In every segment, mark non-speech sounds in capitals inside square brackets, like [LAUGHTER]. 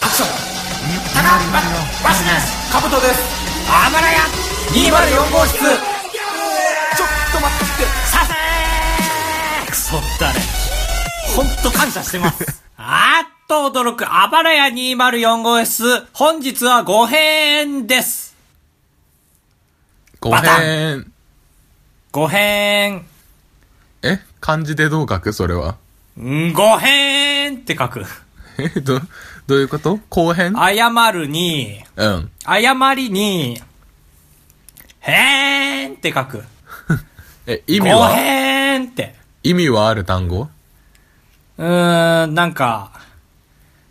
そう高バシですカブトですあばらや204号室ちょっと待ってさせークソったれほんと感謝してますあっと驚くあばらや204号室本日は5編ですごバタへん。 5編え漢字でどう書くそれは。 [LAUGHS] ん5編って書くえど、どういうこと後編謝るにうん。謝りにへーんって書くえ、意味5は、編って意味はある単語 [LAUGHS] うーん、なんか、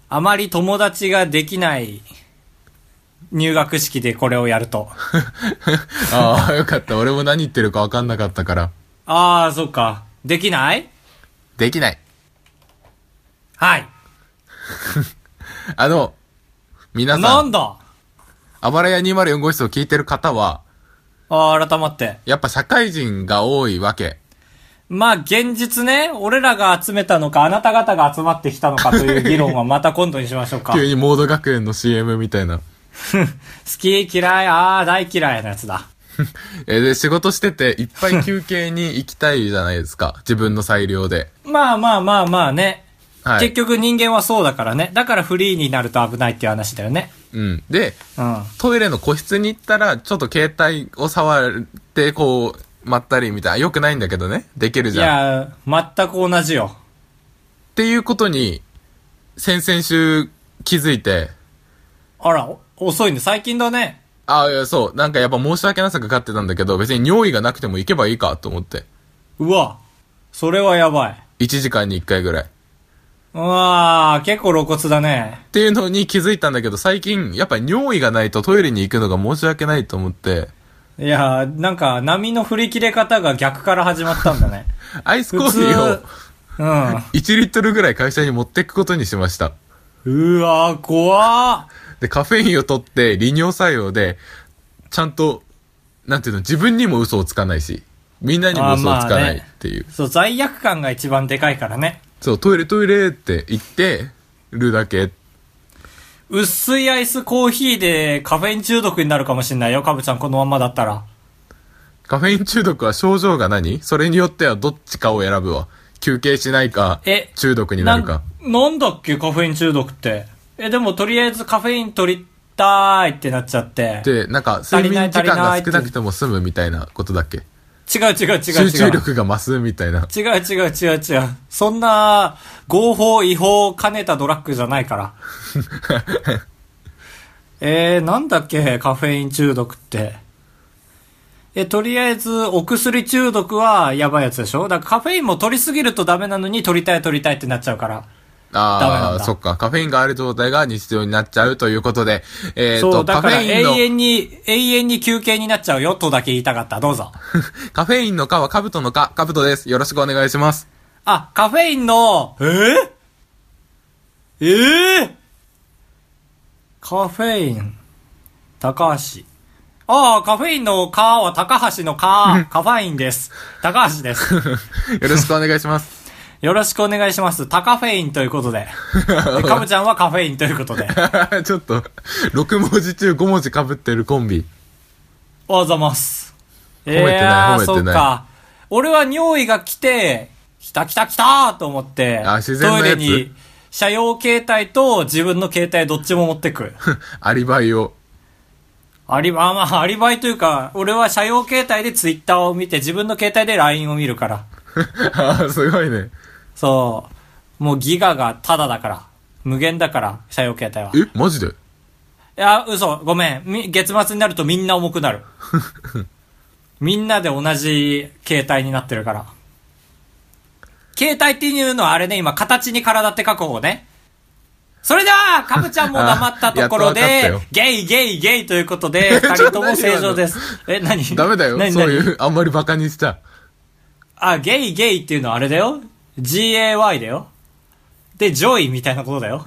あまり友達ができない入学式でこれをやると。ああ、よかった。俺も何言ってるか分かんなかったから。あー、そっか。できないできない。はい。あの、皆なさんん、だあばらや204号室を聞いてる方は、あー、改まって。やっぱ社会人が多いわけ。まあ、現実ね、俺らが集めたのか、あなた方が集まってきたのかという議 [LAUGHS] 論はまた今度にしましょうか。急にモード学園の CM みたいな。 [LAUGHS] 好き嫌い、あー、大嫌いなやつだ。え、で、仕事してて、いっぱい休憩に行きたいじゃないですか。自分の裁量で。まあまあまあまあね。はい。結局人間はそうだからね。だからフリーになると危ないっていう話だよね。うん。で、うん。トイレの個室に行ったら、ちょっと携帯を触って、こう、まったりみたいな。よくないんだけどね。できるいじゃん。っや、全く同じよ。ていうことに、先々週気づいて、あら、お遅いね。最近だね。あいやそう。なんかやっぱ申し訳なさがかってたんだけど、別に尿意がなくても行けばいいかと思って。うわ、それはやばい。 1時間に1回ぐらい。っうわー、結構露骨だね。ていうのに気づいたんだけど、最近、やっぱ尿意がないとトイレに行くのが申し訳ないと思って、いやー、なんか、波の振り切れ方が逆から始まったんだ [LAUGHS] ね。アイスコ普ーヒ通、ーをうん。 1リットルぐらい会社に持ってくことにしました。うわー、怖で、カフェインを取って、利尿作用で、ちゃんと、なんていうの、自分にも嘘をつかないし、みんなにも嘘をつかないっていう。ー。そう、罪悪感が一番でかいからね。そう、トイレトイレって言ってるだけ。薄いアイスコーヒーでカフェイン中毒になるかもしんないよ、カブちゃん、このまんまだったら。カフェイン中毒は症状が何それによってはどっちかを選ぶわ。休憩しないかえ、中毒になるか。んなんだっけカフェイン中毒ってえでもとりあえずカフェイン取りたーいってなっちゃってで、なんか、睡眠時間が少なくても済むみたいなことだっけ違う違う違う違う集中力が増すみたいな。 [LAUGHS] 違う違う違う違うそんな合法違法を兼ねたドラッグじゃないからえー、なんだっけカフェイン中毒ってえとりあえずお薬中毒はやばいやつでしょだからカフェインも取りすぎるとダメなのに取りたい取りたいってなっちゃうからダメなんあだあ、そっか。カフェインがある状態が日常になっちゃうということで、えっ、そう、と、だカフからェインの。永遠に、永遠に休憩になっちゃうよとだけ言いたかった。どうぞ。 [LAUGHS] カフェインのかはカブトのか、カブトです。よろしくお願いします。 [LAUGHS] あ、カフェインの、えー、えー、カフェイン、高橋。ああ、カフェインのカは高橋のカ、カファインです。高橋です。よろしくお願いします。よろしくお願いします。タカフェインということ [LAUGHS] で。でカブちゃんはカフェインということで。ちょっと、6文字中5文字被ってるコンビ。 [LAUGHS] おはようございます。褒めてない褒めてないそうか。俺は尿意が来て、来た来た来たーと思って、あ自然トイなやレつに、車用携帯と自分の携帯どっちも持ってく。アリバイを。 [LAUGHS] アリバイ、まあ、アリバイというか、俺は車用携帯でツイッターを見て、自分の携帯で LINE を見るから。あーすごいね。そう。もうギガがタダだから。無限だから、車用携帯は。いえ、マジでや、嘘、ごめん。み月末になるとみんな重く [LAUGHS] なる。みんなで同じ携帯になってるから。携帯っていうのはあれね、今、形に体って書く方ね。それでは、かぶちゃんも黙ったところあ [LAUGHS] やっとでわかっ、ゲイゲイゲイということ [LAUGHS] で、二人とも正常です。え、何ダメだよ。何そう何いう、あんまりバカにしちゃ。 [LAUGHS] あ、ゲイゲイっていうのはあれだよ。GAY だよ。で、ジョイみたいなことだよ。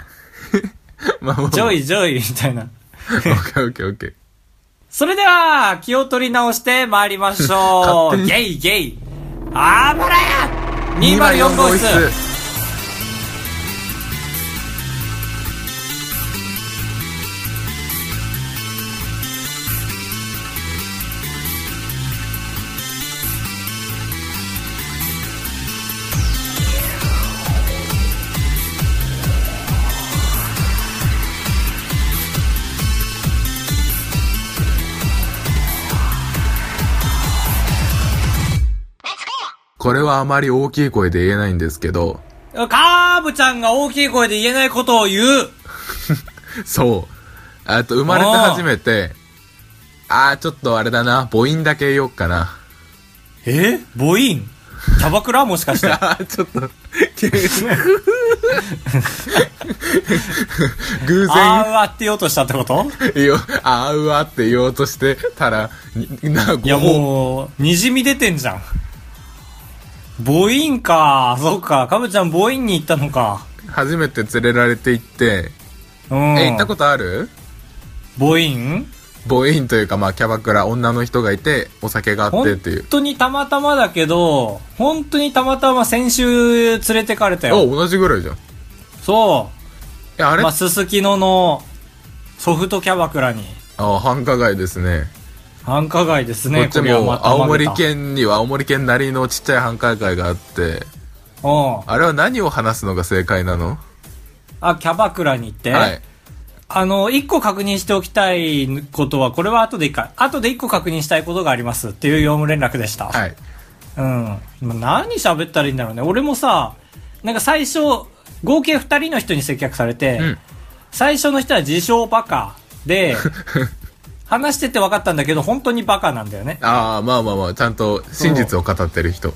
まあ、もう。ジョイ。イジョイみたいな。 [LAUGHS] オッケーオッケーオッケー。それでは、気を取り直して参りましょう。 [LAUGHS] 勝ゲ手イゲイ。あばらや !204 号室。室。これはあまり大きい声で言えないんですけど、カーブちゃんが大きい声で言えないことを言うそう。あと、生まれて初めて、あー、ちょっとあれだな、母音だけ言おうかな。え母音キャバクラもしか [LAUGHS] して。あー、ちょっと、偶あー然うわって言おうとしたって [LAUGHS] こと言おう、あーうわって言おうとしてたら、にな、いごやももう、にじみ出てんじゃん。母音か。そっか。カブちゃん母音に行ったのか。初めて連れられて行って、うん。え、行ったことある母音母音というか、まあ、キャバクラ、女の人がいて、お酒があってっていう本。当にたまたまだけど、本当にたまたま先週連れてかれたあ、よ。同じぐらいじゃん。そえ、あう。れ、まあ、すすきののソフトキャバクラに、あ、繁華街ですね。繁華街ですこね。っちれはもまたま青げ森た。県には青森県なりのちっちゃい繁華街があって、うん。あれは何を話すのが正解なのあ、キャバクラに行って。はい。あの、一個確認しておきたいことは、これは後で一回、後で一個確認したいことがありますっていう業務連絡でした。はい。うん。まあ何喋ったらいいんだろうね。俺もさ、なんか最初、合計二人の人に接客されて、うん最初の人は自称バカ [LAUGHS] で、話してて分かったんだけど、本当にバカなんだよね。ああ、まあまあまあ、ちゃんと真実を語ってる人。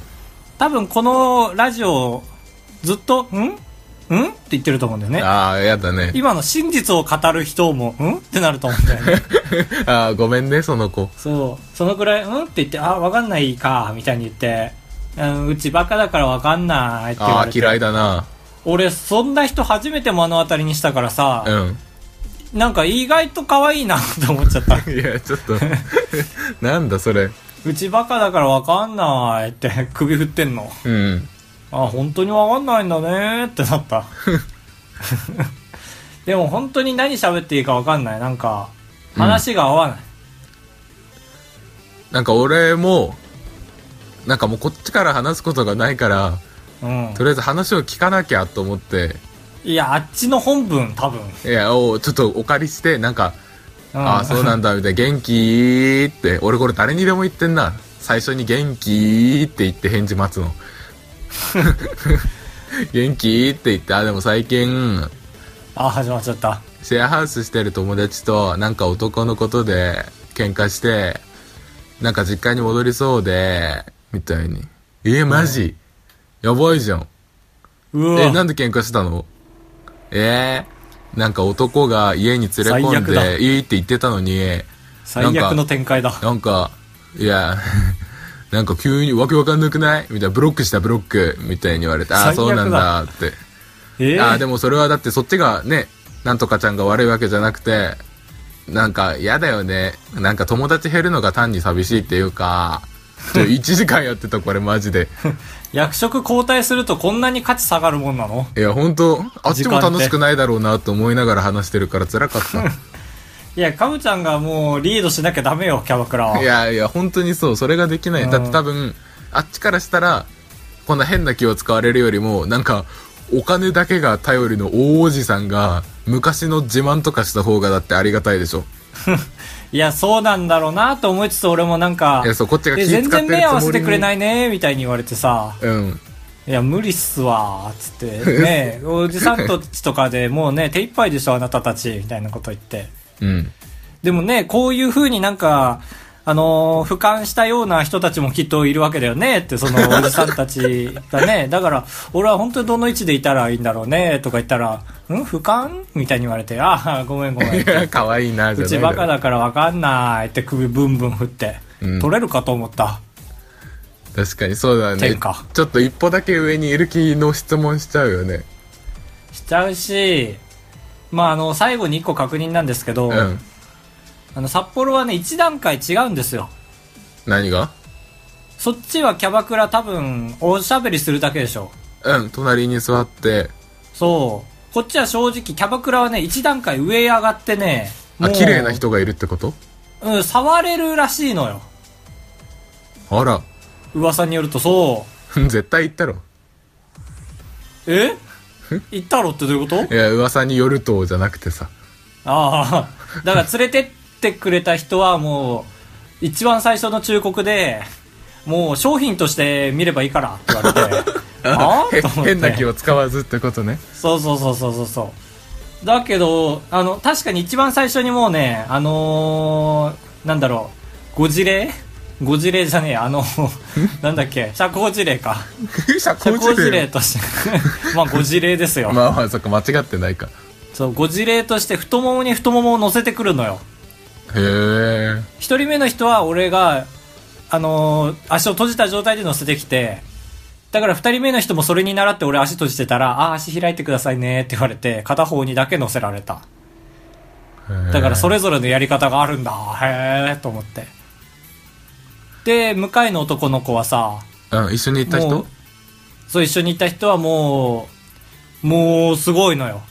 多分このラジオ、ずっと、んんって言ってると思うんだよね。ああ、やだね。今の真実を語る人も、んってなると思うんだよね。 [LAUGHS] ああ、ごめんね、その子。そう、そのくらい、うんって言って、あ、わかんないか、みたいに言って、うん、うちバカだからわかんないって言あわあれ、て。嫌いだな。俺、そんな人初めて目の当たりにしたからさ [LAUGHS] う、ん。なんか意外と可愛いなと思っちゃ [LAUGHS] った。いや、ちょっ [LAUGHS] と、なんだそれ。うちバカだからわかんないって首振ってんの。うん。あ、本当にわかんないんだねってな [LAUGHS] った。でも本当に何喋っていいかわかんない。なんか、話が合わない。なんか俺も、なんかもうこっちから話すことがないから、うん。とりあえず話を聞かなきゃと思って、いや、あっちの本文、多分。うん、いや、おちょっとお借りして、なんか、ああ、そうなんだ、みたいな、元気って、俺これ誰にでも言ってんな。最初に元気って言って返事待つの。 [LAUGHS] 元気って言って、あ、でも最近、 [LAUGHS] あ、始まっちゃった。シェアハウスしてる友達と、なんか男のことで喧嘩して、なんか実家に戻りそうで、みたいに。え、マジやばいじゃん。うわえ、なんで喧嘩したのえー、なんか男が家に連れ込ん最悪だで、いいって言ってたのに、最悪の展開だ。なんか、いや、 [LAUGHS] なんか急にわけわかんなくないみたいな、ブロックしたブロックみたいに言われて、ああ、最悪だそうなんだって。えーああ、でもそれはだってそっちがね、なんとかちゃんが悪いわけじゃなくて、なんか嫌だよね。なんか友達減るのが単に寂しいっていうか、1時間やってたこれマジで。役職交代するとこんなに価値下がるもんなのいや、本当あっちも楽しくないだろうなと思いながら話してるから辛かっいや、カムちゃんがもうリードしなきゃダメよ、キャバクラは。た。いやいや、本当にそう、それができない。だって多分、あっちからしたら、こんな変な気を使われるよりも、なんか、お金だけが頼りの大おじさんが、昔の自慢とかした方がだってありがたいでしょ。いや、そうなんだろうなと思いつつ俺もなんかいや、そう、こっちが気で使って全るつもり然に目合わせてくれないね、みたいに言われてさ、うん。いや、無理っすわ、つ [LAUGHS] って、ね、おじさんたちとかでもうね、手一杯でしょ、あなたたち、みたいなこと言って。うん。でもね、こういう風になんか、あのー俯瞰したような人たちもきっといるわけだよねって、そのおじさんたちがね、 [LAUGHS] だから、俺は本当にどの位置でいたらいいんだろうねとか言ったら、ん俯瞰みたいに言われて、ああ、ごめんごめん [LAUGHS] っいやて。可愛いな、じうゃちなバカいだろだからわかんないって首ブンブン振って、うん取れるかと思った。確かにそうだね天下。ちょっと一歩だけ上にいる気の質問しちゃうよね。しちゃうし、まあ、あの、最後に一個確認なんですけど、うん。あの、札幌はね、一段階違うんですよ。何がそっちはキャバクラ多分、おしゃべりするだけでしょ。うん、隣に座って、そう。こっちは正直、キャバクラはね、一段階上へ上がってね、あ、綺麗な。人がいるってことうん、触れるらしいのよ。あら、 [LAUGHS] 噂によると、そうん絶対行ったろ。う。え行ったろってどういうこといや、噂によるとじゃなくてさ。ああ。だから連れてってくれた人はもう、一番最初の忠告で、もう商品として見ればいいからって言われ [LAUGHS] てあへあと思って変な気を使わずってことね。そうそうそうそうそうそうだけどあの確かに一番最初にもうねあのー、なんだろうご事例ご事例じゃねえあ [LAUGHS] のなんだっけ社交辞令か社社交交辞辞令令。として [LAUGHS] まあご事例ですよ、まあまあ、そっか、間違ってないか。そうご事例として太ももに太ももを乗せてくるのよへえ。一人目の人は俺が、あのー足を閉じた状態で乗せてきて、だから二人目の人もそれに習って俺足閉じてたら、あー足開いてくださいねって言われて、片方にだけ乗せられた。だからそれ。れぞれのやり方があるんだ。へーと思って。で、向かいの男の子はさ、うん、一緒に行ったも人うそう一緒に行った人はもう、もうすごいのよ。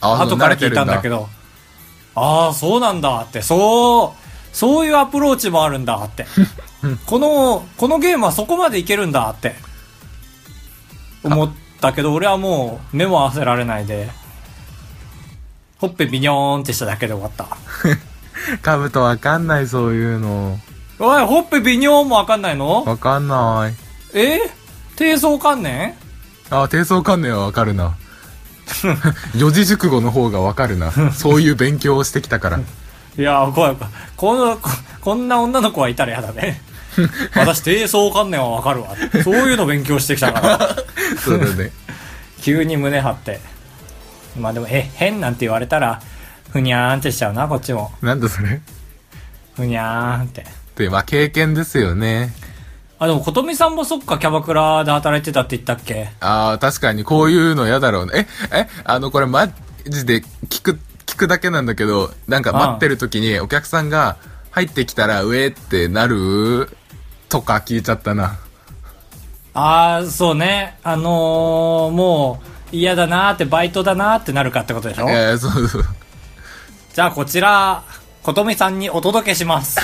あ後から聞いたんだけ。ど、ああ、そうなんだって、そう、そういうアプローチもあるんだって。この、このゲームはそこまでいけるんだって、思ったけど、俺はもう目も合わせられないで、ほっぺビニョーンってしただけで終わった。カブトわかんない、そういうの。おい、ほっぺビニョーンもわかんないのわかんない。え低層観念あ、低層観念はわかるな。四字熟語の方がわかるな。そういう勉強をしてきたから。いやー、怖い、怖いこの、ここんな女の子はいたらやだ [LAUGHS] ね。私、低層観念はわかるわ。そういうの勉強してきたから。 [LAUGHS] そうだね。急に胸張ってまあでもえ変なんて言われたらふにゃーんってしちゃうなこっちもなんだそれ。ふにゃーんってで、まあ経験ですよね。あでも琴美さんもそっかキャバクラで働いてたって言ったっけああ、確かにこういうの嫌だろうね。え、え、あの、これマジで聞く、聞くだけなんだけど、なんか待ってる時にお客さんが入ってきたら、上ってなるとか聞いちゃったな。ああそうねあのー、もう嫌だなーってバイトだなーってなるかってことでしょ、えー、そうそう。じゃあこちら琴美さんにお届けします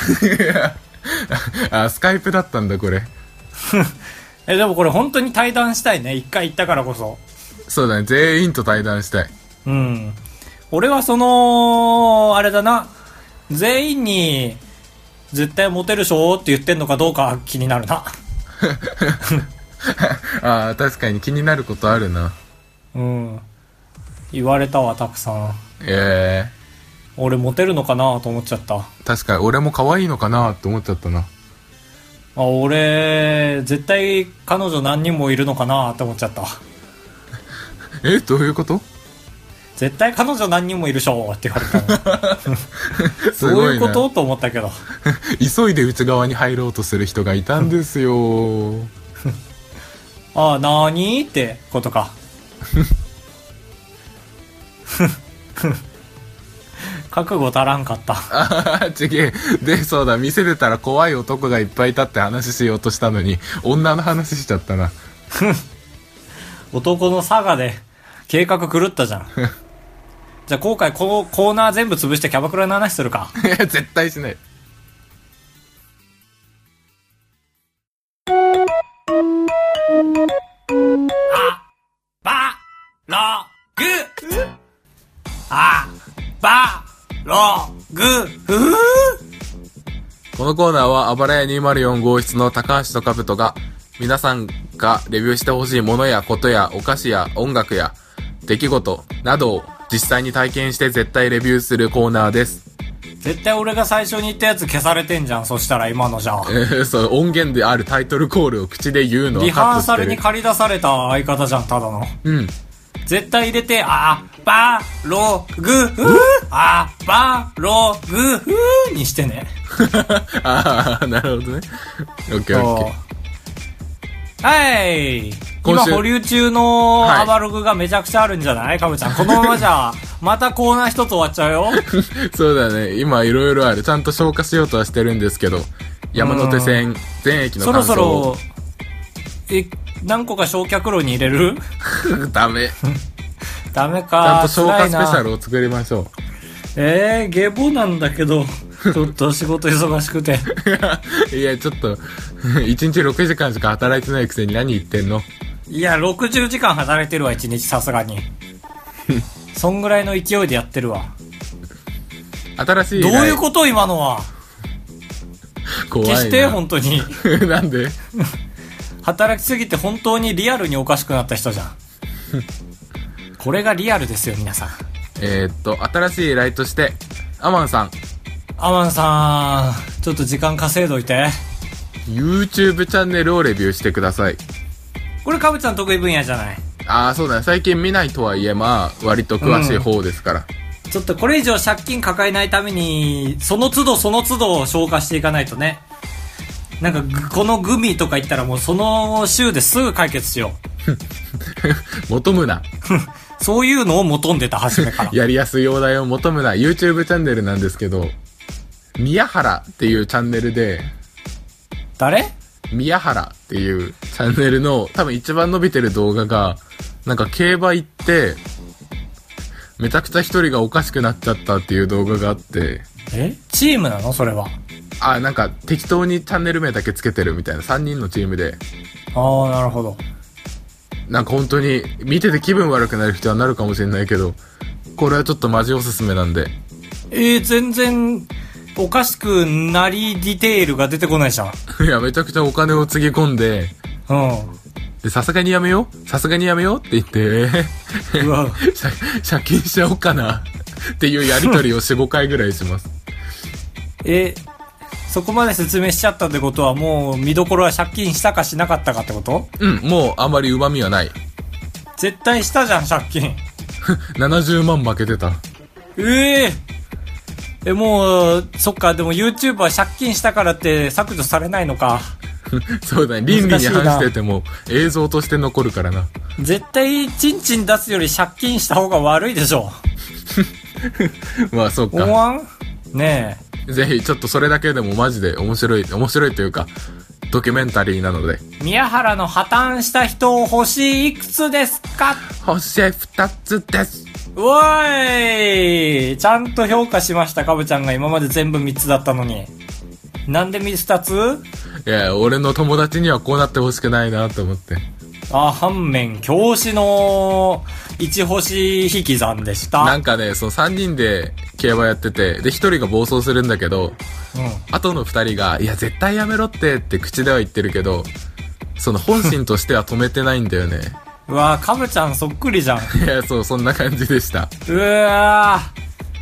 [LAUGHS] あ、スカイプだったんだ、これ。えでもこれ本当に対談したいね一回行ったからこそそうだね、全員と対談したい。うん。俺はその、あれだな。全員に、絶対モテるでしょって言ってんのかどうか気になるな。ああ、確かに気になることあるな。うん。言われたわ、たくさん。え俺モテるのかなと思っちゃった。え確かに俺も可愛いのかなって思っちゃったな。あ、俺、絶対彼女何人もいるのかなって思っちゃった。え、どういうこと絶対彼女何人もいるでしょって言われたの。すどうごいいうなこ。とと思ったけど。急いで内側に入ろうとする人がいたんですよ。あ、なーにってことか。 [LAUGHS] 覚悟足らんかった。ああ、ちげえ。で、そうだ、店出たら怖い男がいっぱいいたって話しようとしたのに、女の話しちゃったな。男の佐賀で計画狂ったじゃん。じゃあ今回このコーナー全部潰してキャバクラの話するか。いや絶対しない。バログあバログふふこのコーナーは、あばらや204号室の高橋とかぶとが、皆さんがレビューしてほしいものやことやお菓子や音楽や出来事などを実際に体験して絶対レビューするコーナーです。 [LAUGHS] 絶対俺が最初に言ったやつ消されてんじゃん。そしたら今のじゃん。えー、そう、音源であるタイトルコールを口で言うのはリカッハトーしてサる。ルに借り出された相方じゃん、ただの。うん。絶対入れて、あばログふあばログふにしてね。 [LAUGHS] ああ、なるほどね。オッケーオッケー。はい今今週保留中のはいアバログがめちゃくちゃあるんじゃないかぶちゃん。このままじ [LAUGHS] ゃ、またコーナー一つ終わっちゃうよ。そうだね。今いろいろある。ちゃんと消化しようとはしてるんですけど、山手線全駅のそろ感想そをろ、え、何個か焼却炉に入れる [LAUGHS] ダメ。ちダメか。ゃんと消化辛いスペシなャルを作りましょえー、下坊なんだけど、ちょっと仕事忙しくて。う。 [LAUGHS] いや、ちょっと、1日6時間しか働いてないくせに何言ってんのいや、60時間働いてるわ、1日さすが [LAUGHS] に。そんぐらいの勢いでやってるわ。新しいどう来いうこと今のは。こ怖いな消して、本当に。 [LAUGHS] なんで働きすぎて本当にリアルにおかしくなった人じゃ [LAUGHS] ん。これがリアルですよ、皆さん。えーっと、新しい依頼として、アマンさん、アマンさん、ちょっと時間稼いどいて。 YouTube チャンネルをレビューしてください。これ、かぶちゃん得意分野じゃない。ああ、そうだね。最近見ないとはいえ、まあ、割と詳しい方ですから。ちょっとこれ以上借金抱えないために、その都度その都度消化していかないとね。なんかぐ、このグミとか言ったらもうその週ですぐ解決しよ [LAUGHS] 求むう。な。そういうのを求んでた、初めから。やりやすいお題を求むな。YouTube チャンネルなんですけど、宮原っていうチャンネルで、誰宮原っていうチャンネルの多分一番伸びてる動画が、なんか競馬行って、めちゃくちゃ一人がおかしくなっちゃったっていう動画があって、えチームなのそれは。あ、なんか適当にチャンネル名だけつけてるみたいな3人のチームで、ああ、なるほど。なんか本当に見てて気分悪くなる人はなるかもしれないけど、これはちょっとマジおすすめなんで。えー、全然、おかしくなりディテールが出てこないじゃん。いや、めちゃくちゃお金をつぎ込んで、うで、さすがにやめようさすがにやめようって言って、 [LAUGHS] えーん。うわ、借借金しちゃおうかな [LAUGHS] っていうやりとりを4、5回ぐらいします。え、そこまで説明しちゃったってことはもう見どころは借金したかしなかったかってことうん、もうあまり旨味はない。絶対したじゃん、借金。 70万負けてた。えええ、もう、そっか、でも YouTube は借金したからって削除されないのか。そうだね、倫理難しにい反なしてても映像として残るからな。絶対、チンチン出すより借金した方が悪いでしょ。 [LAUGHS] まあそう思か。わんねぜひちょっとそれだけでもマジで面白い、面白いというか、ドキュメンタリーなので。え。宮原の破綻した人を星いくつですか星2つです。おーいちゃんと評価しました、かぶちゃんが今まで全部3つだったのに。なんで2ついや、俺の友達にはこうなってほしくないなと思って。あ、反面、教師の1星引き算でした。なんかね、その3人で競馬やってて、で、1人が暴走するんだけど、うん後の2人が、いや、絶対やめろってって口では言ってるけど、その本心としては止めてないんだよね。 [LAUGHS] うわぁ、かぶちゃんそっくりじゃん。いや、そう、そんな感じでした。うわ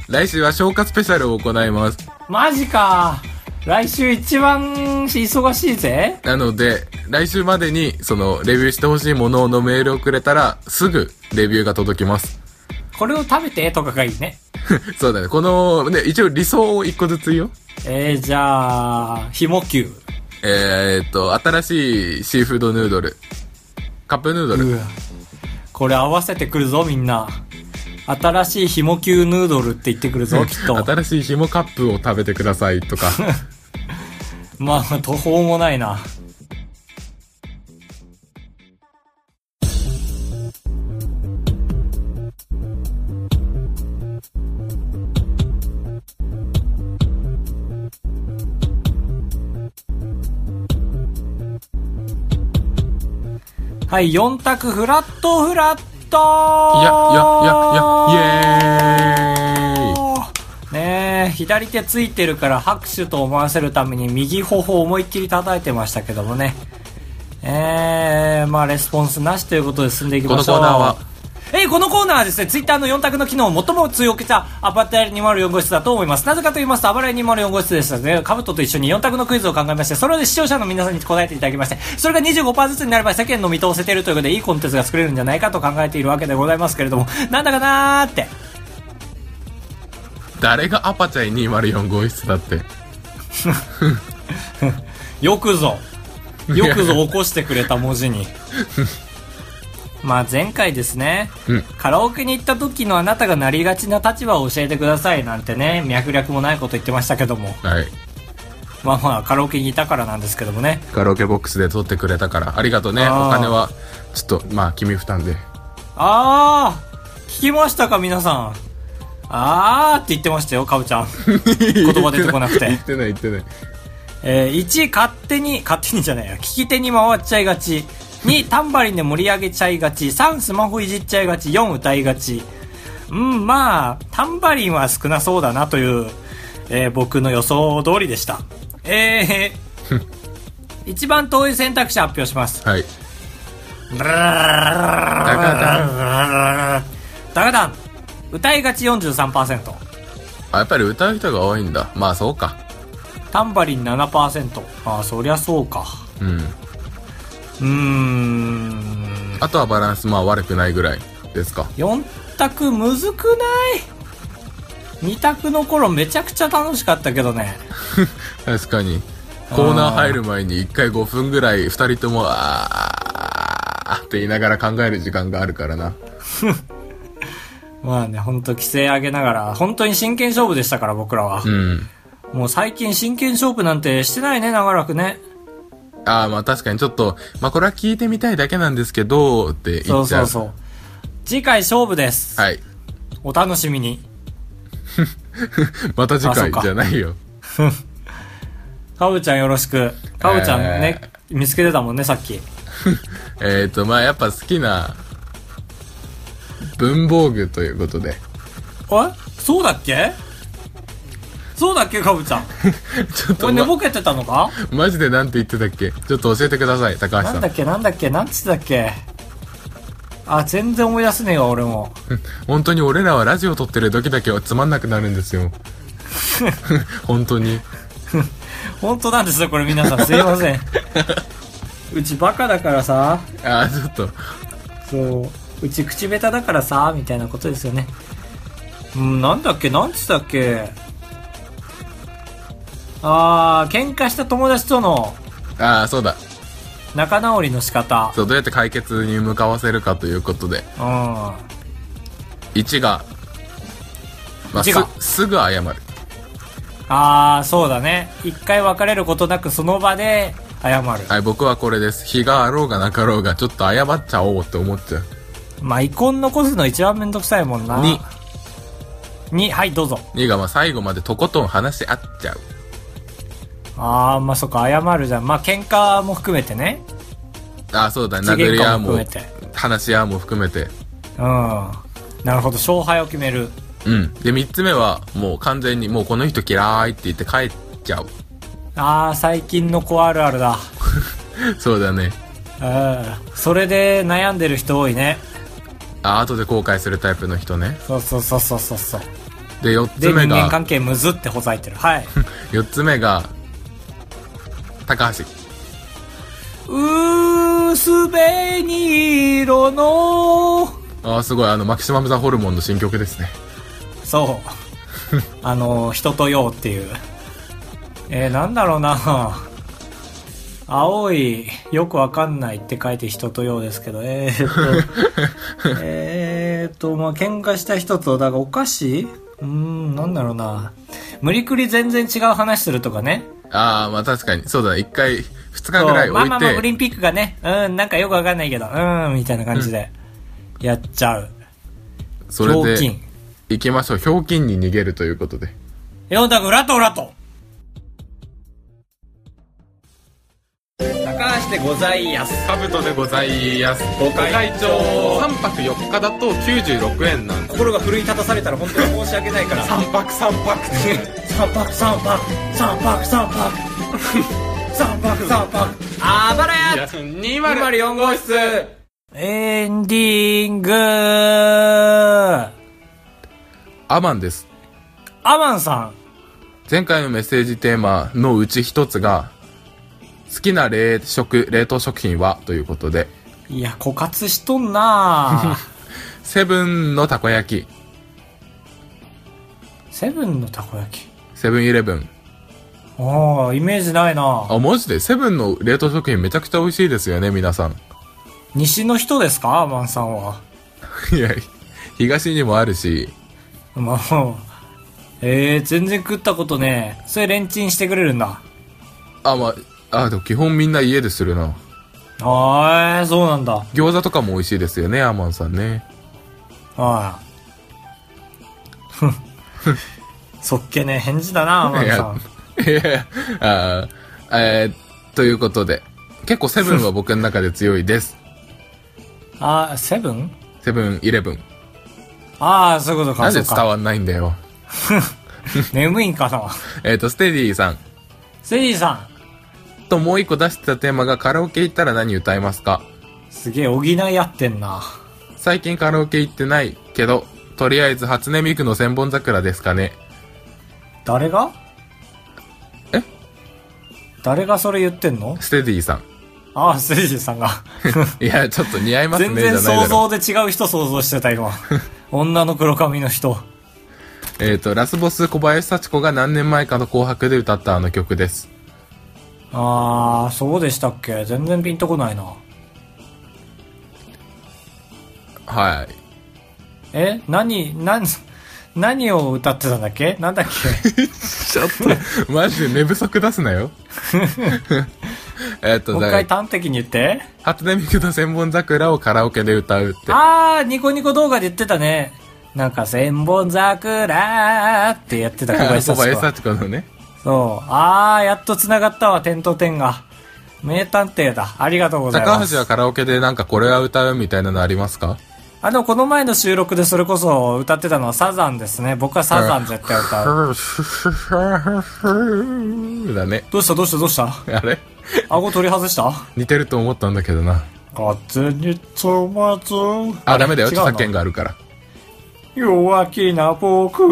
来週は消化スペシャルを行います。ぁ、マジか来週一番忙しいぜ。なので、来週までに、その、レビューしてほしいもののメールをくれたら、すぐ、レビューが届きます。これを食べてとかがいいね。そうだね。この、ね、一応理想を一個ずつ言うよ。えー、じゃあ、ひもきゅえー、っと、新しいシーフードヌードル。カップヌードう。ル。うわこれ合わせてくるぞ、みんな。新しいひもきゅうヌードルって言ってくる [LAUGHS] ぞ、きっと。新しい紐カップを食べてくださいとか。まあ、途方もないな。はい、4択フラットフラットいや、いや、いや、いや、イエーイねえ左手ついてるから拍手と思わせるために右頬を思いっきり叩いてましたけどもねえー、まあレスポンスなしということで進んでいきましょうこのコーナーはえーこのコーナーはですね、ツイッターの4択の機能を最も強くしたアバター204号室だと思います。なぜかと言いますと、アバター204号室でしたね、カブトと一緒に4択のクイズを考えまして、それで視聴者の皆さんに答えていただきまして、それが25%ずつになれば世間の見通せているということで、いいコンテンツが作れるんじゃないかと考えているわけでございますけれども、なんだかなーって。誰がアパチャイ204号室だって。よくぞ。よくぞ起こしてくれた文字 [LAUGHS] に。まあ前回ですね、うんカラオケに行った時のあなたがなりがちな立場を教えてくださいなんてね、脈略もないこと言ってましたけども。はい。まあまあカラオケにいたからなんですけどもね。カラオケボックスで撮ってくれたから、ありがとうね。おあー金は、ちょっと、まあ、君負担で。あー聞きましたか皆さん。あーって言ってましたよ、かぶちゃ [LAUGHS] ん。言葉出てこなくて言ってない、言ってない。えー1、勝手に、勝手にじゃないや、聞き手に回っちゃいがち。2、タンバリンで盛り上げちゃいがち。3、スマホいじっちゃいがち。4、歌いがち。うん、まあ、タンバリンは少なそうだなという、えー僕の予想通りでした。えー一番遠い選択肢発表します。はい。ダガダン歌いがち43%。あ、やっぱり歌う人が多いんだ。まあそうか。タンバリン7%。ああ、そりゃそうか。うん。うーん。あとはバランスまあ悪くないぐらいですか。 [LAUGHS] 4択むずくない ?2 択の頃めちゃくちゃ楽しかったけどね。確かに。コーナー入る前に1回5分ぐらい2人とも、あーって言いながら考える時間があるからな。まあね、ほんと規制上げながら、本当に真剣勝負でしたから僕らはう。ん。もう最近真剣勝負なんてしてないね、長らくね。ああ、まあ確かにちょっと、まあこれは聞いてみたいだけなんですけど、ってそ言うっちそゃう。うそう。次回勝負です。はい。お楽しみに。また次あそう回かじゃないよ。かぶちゃんよろしく。かぶちゃんね、見つけてたもんね、さっき。えっ、ー、と、まあやっぱ好きな文房具ということで。 [LAUGHS] えそうだっけそうだっけかぶちゃん。 [LAUGHS] ちょこっ、とれ寝ま、ぼけてたのかマジでなんて言ってたっけちょっと教えてください、高橋なさんん。だっけなんだっけなんつってたっけあ、全然思い出せねえわ、俺も。本当に俺らはラジオ撮ってる時だけはつまんなくなる [LAUGHS] んですよ。本当に。本当なんですよ、これ皆さん。すいま [LAUGHS] せん。うちバカだからさ、ああ、ちょっと。そう、うち口下手だからさ、みたいなことですよね。うん、なんだっけなんつったっけあー、喧嘩した友達とのああ、そうだ。仲直りの仕方。そう、どうやって解決に向かわせるかということで。うん。 1が、まあ、す一が、すぐ謝る。あー、そうだね。一回別れることなくその場で謝る。はい、僕はこれです。日があろうがなかろうが、ちょっと謝っちゃおうって思っちゃう。まあ、遺恨残すの一番めんどくさいもんな。 2、に、はい、どうぞ。 2がまあ最後までとことん話し合っちゃう。あー、まあ、そっか、謝るじゃん。まあ、喧嘩も含めてね。ああ、そうだね。口殴喧り合嘩うも含もめ、て。話し合うも含めて。うん。なるほど、勝敗を決める。うん。で、3つ目は、もう完全に、もうこの人嫌いって言って帰っちゃう。あー、最近の子あるあるだ。そうだね。うん。それで悩んでる人多いね。あ、後で後悔するタイプの人ね。そうそうそうそうそうそう。で、4つで、目人間が、関係むずってほざいてる。 [LAUGHS] はい。 4つ目が、高橋。薄紅色のああ、すごい。あの、マキシマムザホルモンの新曲ですね。そう。 [LAUGHS] あの、人とようっていう。えー、なんだろうな青い、よくわかんないって書いて人とようですけど、えー、っ [LAUGHS] と、えー、っと、まあ、喧嘩した人と、だからお菓子うーん、なんだろうな無理くり全然違う話するとかね。ああ、まあ確かに。そうだね。一回、二日そうぐらいまあ置いまあまあ、オリて、ンピックがね、うん、なんかよくわかんないけど、うん、みたいな感じで、やっちゃう。それ雑で巾、。行きましょう。ひょうきんに逃げるということで。四択裏と裏と高橋でございやすカブトでございます。ご会長3泊4日だと96円なんです。心が奮い立たされたら本当に申し訳ないから三泊3泊。泊三泊三泊三泊三泊三泊あばらや204号室エンディングアアマンです。マンさ前回のメッセージテーマのうち一つが、好きな冷食、冷凍食品はということで、んいや枯渇しとんなセブンのたこ焼き、 [LAUGHS] セブンのたこ焼きセブンイレブン。ああイメージないなあ、マジでセブンの冷凍食品めちゃくちゃ美味しいですよね、皆さん。 [LAUGHS] 西の人ですかアマンさんはいや、東にもあるし、 [LAUGHS] まあ、えー、全然食ったことねえ。それレンチンしてくれるんだ。あ、まあ、あ、でも基本みんな家でするな。はーい、そうなんだ。餃子とかも美味しいですよね、アマンさんね。はい。ふん [LAUGHS] そっけねえ返事だな、アマンさん。いやいや、あーえー、ということで、結構セブンは僕の中で強いです。あー、セブンセブンイレブン。あー、そういうことなか、んそでう伝か。わんないんだよ。眠いんかな。えっ、と、ステディさん。セリーさともう一個出してたテーマがカラオケ行ったら何歌いますかすげえ補い合ってんな。最近カラオケ行ってないけど、とりあえず初音ミクの千本桜ですかね。誰がえ誰がそれ言ってんのステデ [LAUGHS] ィさん。ああ、スイジさんが。いや、ちょっと似合います全ね、じゃ然 [LAUGHS] ないだ想ろう。像で違う人想像してた、 [LAUGHS] 今。女の黒髪の人。えっ、と、ラスボス小林幸子が何年前かの紅白で歌ったあの曲です。ああ、そうでしたっけ全然ピンとこないな。はい。え何、何、何を歌ってたんだっけなんだっ [LAUGHS] けちょっと、マジで寝不足出すなよ。 [LAUGHS] えっと、もう一だか回ら、端的に言って。初音ミクの千本桜をカラオケで歌うって。あー、ニコニコ動画で言ってたね。なんか、千本桜ってやってた小林小幸林子は。幸子のね。そう。あー、やっと繋がったわ、点と点が。名探偵だ。ありがとうございま高す。橋はカラオケでなんかこれは歌うみたいなのありますかあ、でもこの前の収録でそれこそ歌ってたのはサザンですね。僕はサザン絶対歌 [LAUGHS] う。だね。どうしたどうしたどうしたあれ顎取り外した似てると思ったんだけどな。風に飛まず。あ、ダメだよ。違う著の作権があるから。 [LAUGHS] 弱気な僕。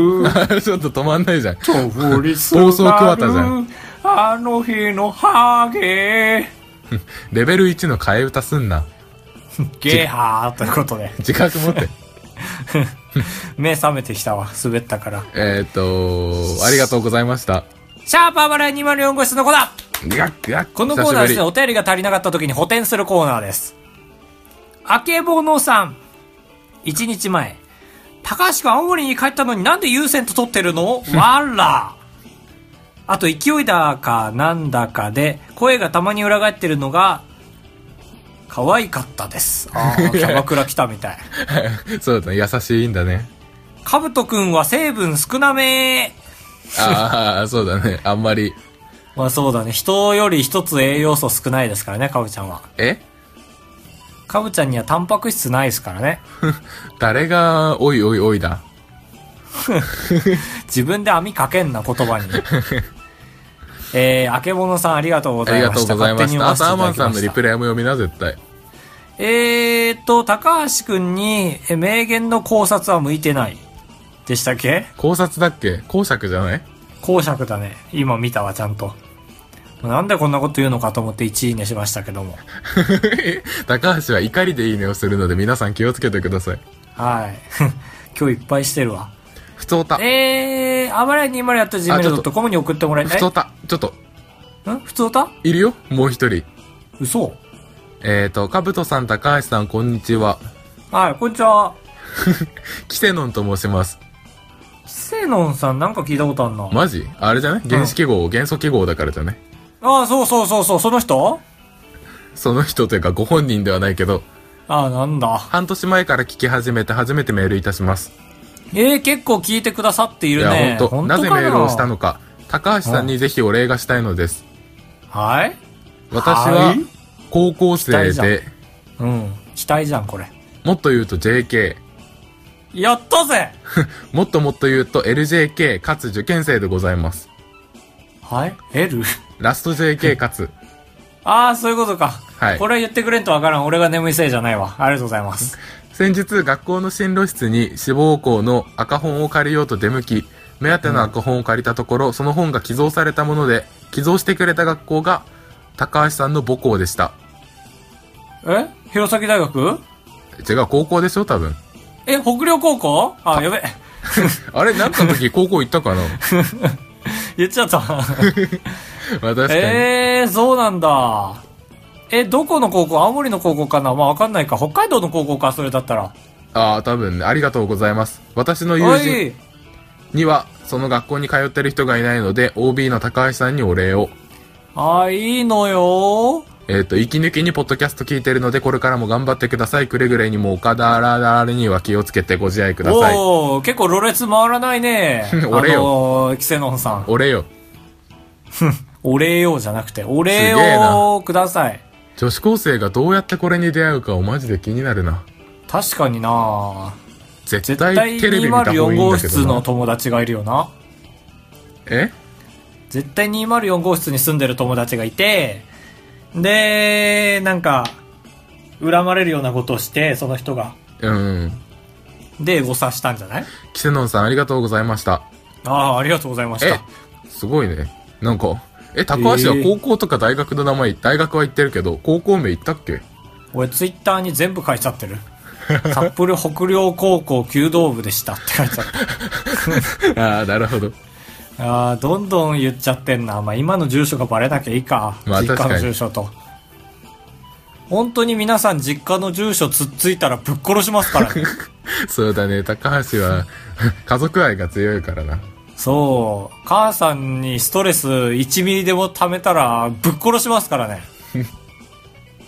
ちょっと止まんないじゃん。と降りす暴走桑田じゃんあの日のハゲ。レベル1の替え歌すんな。ゲハーということで。自覚 [LAUGHS] 持って。目覚めてきたわ。滑ったから。えっと、ありがとうございました。シャープアバラ204号室のコーナーガッガッこのコーナーはですね、久しお便りが足りなかった時に補填するコーナーです。あけぼのさん。1日前。高橋が青森に帰ったのになんで優先と取ってるのわら。あと、勢いだかなんだかで、声がたまに裏返ってるのが、可愛かったです。ああ、[LAUGHS] キャバクラ来たみたい。ぶり [LAUGHS] そうだね。優しいんだね。かぶとくんは成分少なめああ、 [LAUGHS] そうだね。あんまり。まあそうだね。人より一つ栄養素少ないですからね、かぶちゃんは。えかぶちゃんにはタンパク質ないですからね。誰が、おいおいおいだ。自分で網かけんな、言葉 [LAUGHS] に。えー、あけぼのさんありがとうごあざりいがまとうした。ございました。ア勝手サーにマン読さまんのせていただきましリたプレイも読みな、絶対。えーっと、高橋くんに、え名言の考察は向いてない。でしたっけ考察だっけ公爵じゃない [LAUGHS] 公爵だね。今見たわ、ちゃんと。なんでこんなこと言うのかと思って1位にしましたけども。高橋は怒りでいいねをするので皆さん気をつけてください。はい。 [LAUGHS] 今日いっぱいしてるわ。ふつおた。えー、あばらや 20.gmail.com に送ってもらえなふいつおた。ちょっと、ん普通歌いるよもう一人。嘘えっ、ー、と、かぶとさん、高橋さん、こんにちは。はい、こんにちは。キセノンと申します。セノンさんなんか聞いたことあんな。マジあれじゃない原子記号、元素記号だからじゃねああ、そうそうそうそう、その人その人というかご本人ではないけど、ああ、なんだ。半年前から聞き始めて初めてメールいたします。ええ結構聞いてくださっていいるや、ね。ほんと、なぜメかールをしたのか、高橋さんにぜひお礼がしたいのです。はい私は、はい高校期生待じゃんで、うん。期待じゃん、これ。もっと言うと JK、やったぜもっともっと言うと LJK かつ受験生でございます。はい ?L? ラスト JK かつ、ああ、そういうことか。はいこれ言ってくれんとわからん。俺が眠いせいじゃないわ。ありがとうございます。先日学校の進路室に志望校の赤本を借りようと出向き目当ての赤本を借りたところ、その本が寄贈されたもので寄贈してくれた学校が高橋さんの母校でしたえ弘前大学違う高校でしょ多分え、北陵高校あ、やべ [LAUGHS] え。あれなんかの時高校行っ [LAUGHS] たかな言っちゃった。まあ確かに、ええー、そうなんだ。え、どこの高校青森の高校かなまあわかんないか。北海道の高校か、それだったら。ああ多分ねありがとうございます私の友お人いにはその学校に通ってる人がいないので OB の高橋さんにお礼をあ、いいのよえっ、と、息抜きにポッドキャスト聞いてるので、これからも頑張ってください。くれぐれにも岡田ららには気をつけてご自愛ください。。おお結構ろれつ回らないね [LAUGHS] 俺よ。あのー、キセノンさん。俺よ。お礼よじゃなくて、お礼すげえをなください。女子高生がどうやってこれに出会うかをマジで気になるな。確かにな絶絶対対テレビ見た方がいい204ん号だけ室どのな。友達がいるよな。え絶対204号室に住んでる友達がいて、で、なんか、恨まれるようなことをして、その人が。うん。で、誤差したんじゃないキセノンさんありがとうございました。ああ、ありがとうございましえた。、すごいね。なんか、え、高橋えはー高校とか大学の名前、大学は行ってるけど、高校名行ったっけ俺、ツイッターに全部書いちゃってる。札幌北陵高校弓道部でしたって書いちゃっ [LAUGHS] ああ、なるほど。た。ああ、どんどん言っちゃってんな。まあ、今の住所がバレなきゃいいか。まあ実確家かのに住所と。本当に皆さん実家の住所つっついたらぶっ殺しますから [LAUGHS] ね。そうだね、高橋は [LAUGHS] 家族愛が強いからな。そう。母さんにストレス1ミリでも貯めたらぶっ殺しますから [LAUGHS] ね。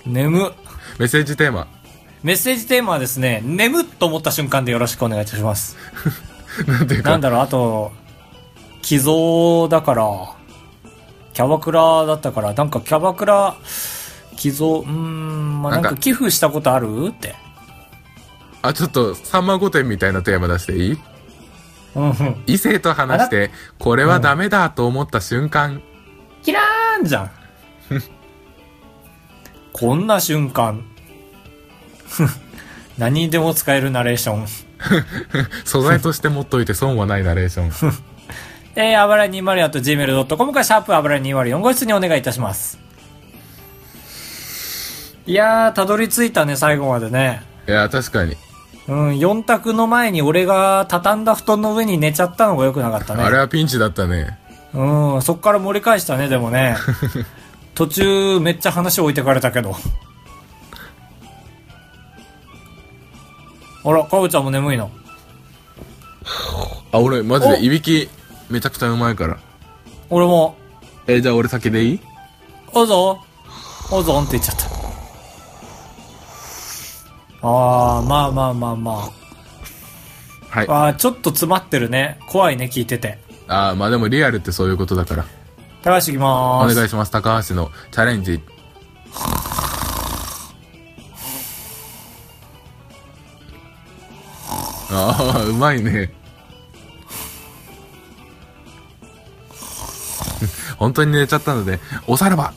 眠。メッセージテーマ。 [LAUGHS] メッセージテーマはですね、眠っと思った瞬間でよろしくお願いいたします。なんていうなんか、だろう、あと、寄贈だから、キャバクラだったから、なんかキャバクラ、寄贈、うーん、まあ、ななんんかか寄付したことあるって。あ、ちょっと、さんま御殿みたいなテーマ出していいうんうん。異性と話して、これはダメだと思った瞬間。キラーンじゃ [LAUGHS] ん。こんな瞬間。 [LAUGHS] 何にでも使えるナレーション。素材として持っといて損はないナレーシ [LAUGHS] ョン。えー、あばら 204.gmail.com からシャープあばら204号室にお願いいたします。いやー、たどり着いたね、最後までね。いや、確かに。うん、4択の前に俺が畳んだ布団の上に寝ちゃったのが良くなかったあれね。はピンチだったね。うん、そっから盛り返したね、でも [LAUGHS] ね。途中、めっちゃ話置いてかれたけど。あら、かぶちゃんも眠いの。あ、俺、マジおで、いびき、めちゃくちゃうまいから。俺も、え、じゃあ俺先でいいおぞおぞんって言っちゃった。あー、まあまあまあまはい。あ。あー、ちょっと詰まってるね。怖いね、聞いてて。あーまあでもリアルってそういうことだから。高橋行きまおーす。願いします。高橋のチャレンジ。ああ、うまいね。 [LAUGHS] 本当に寝ちゃったので、おさらば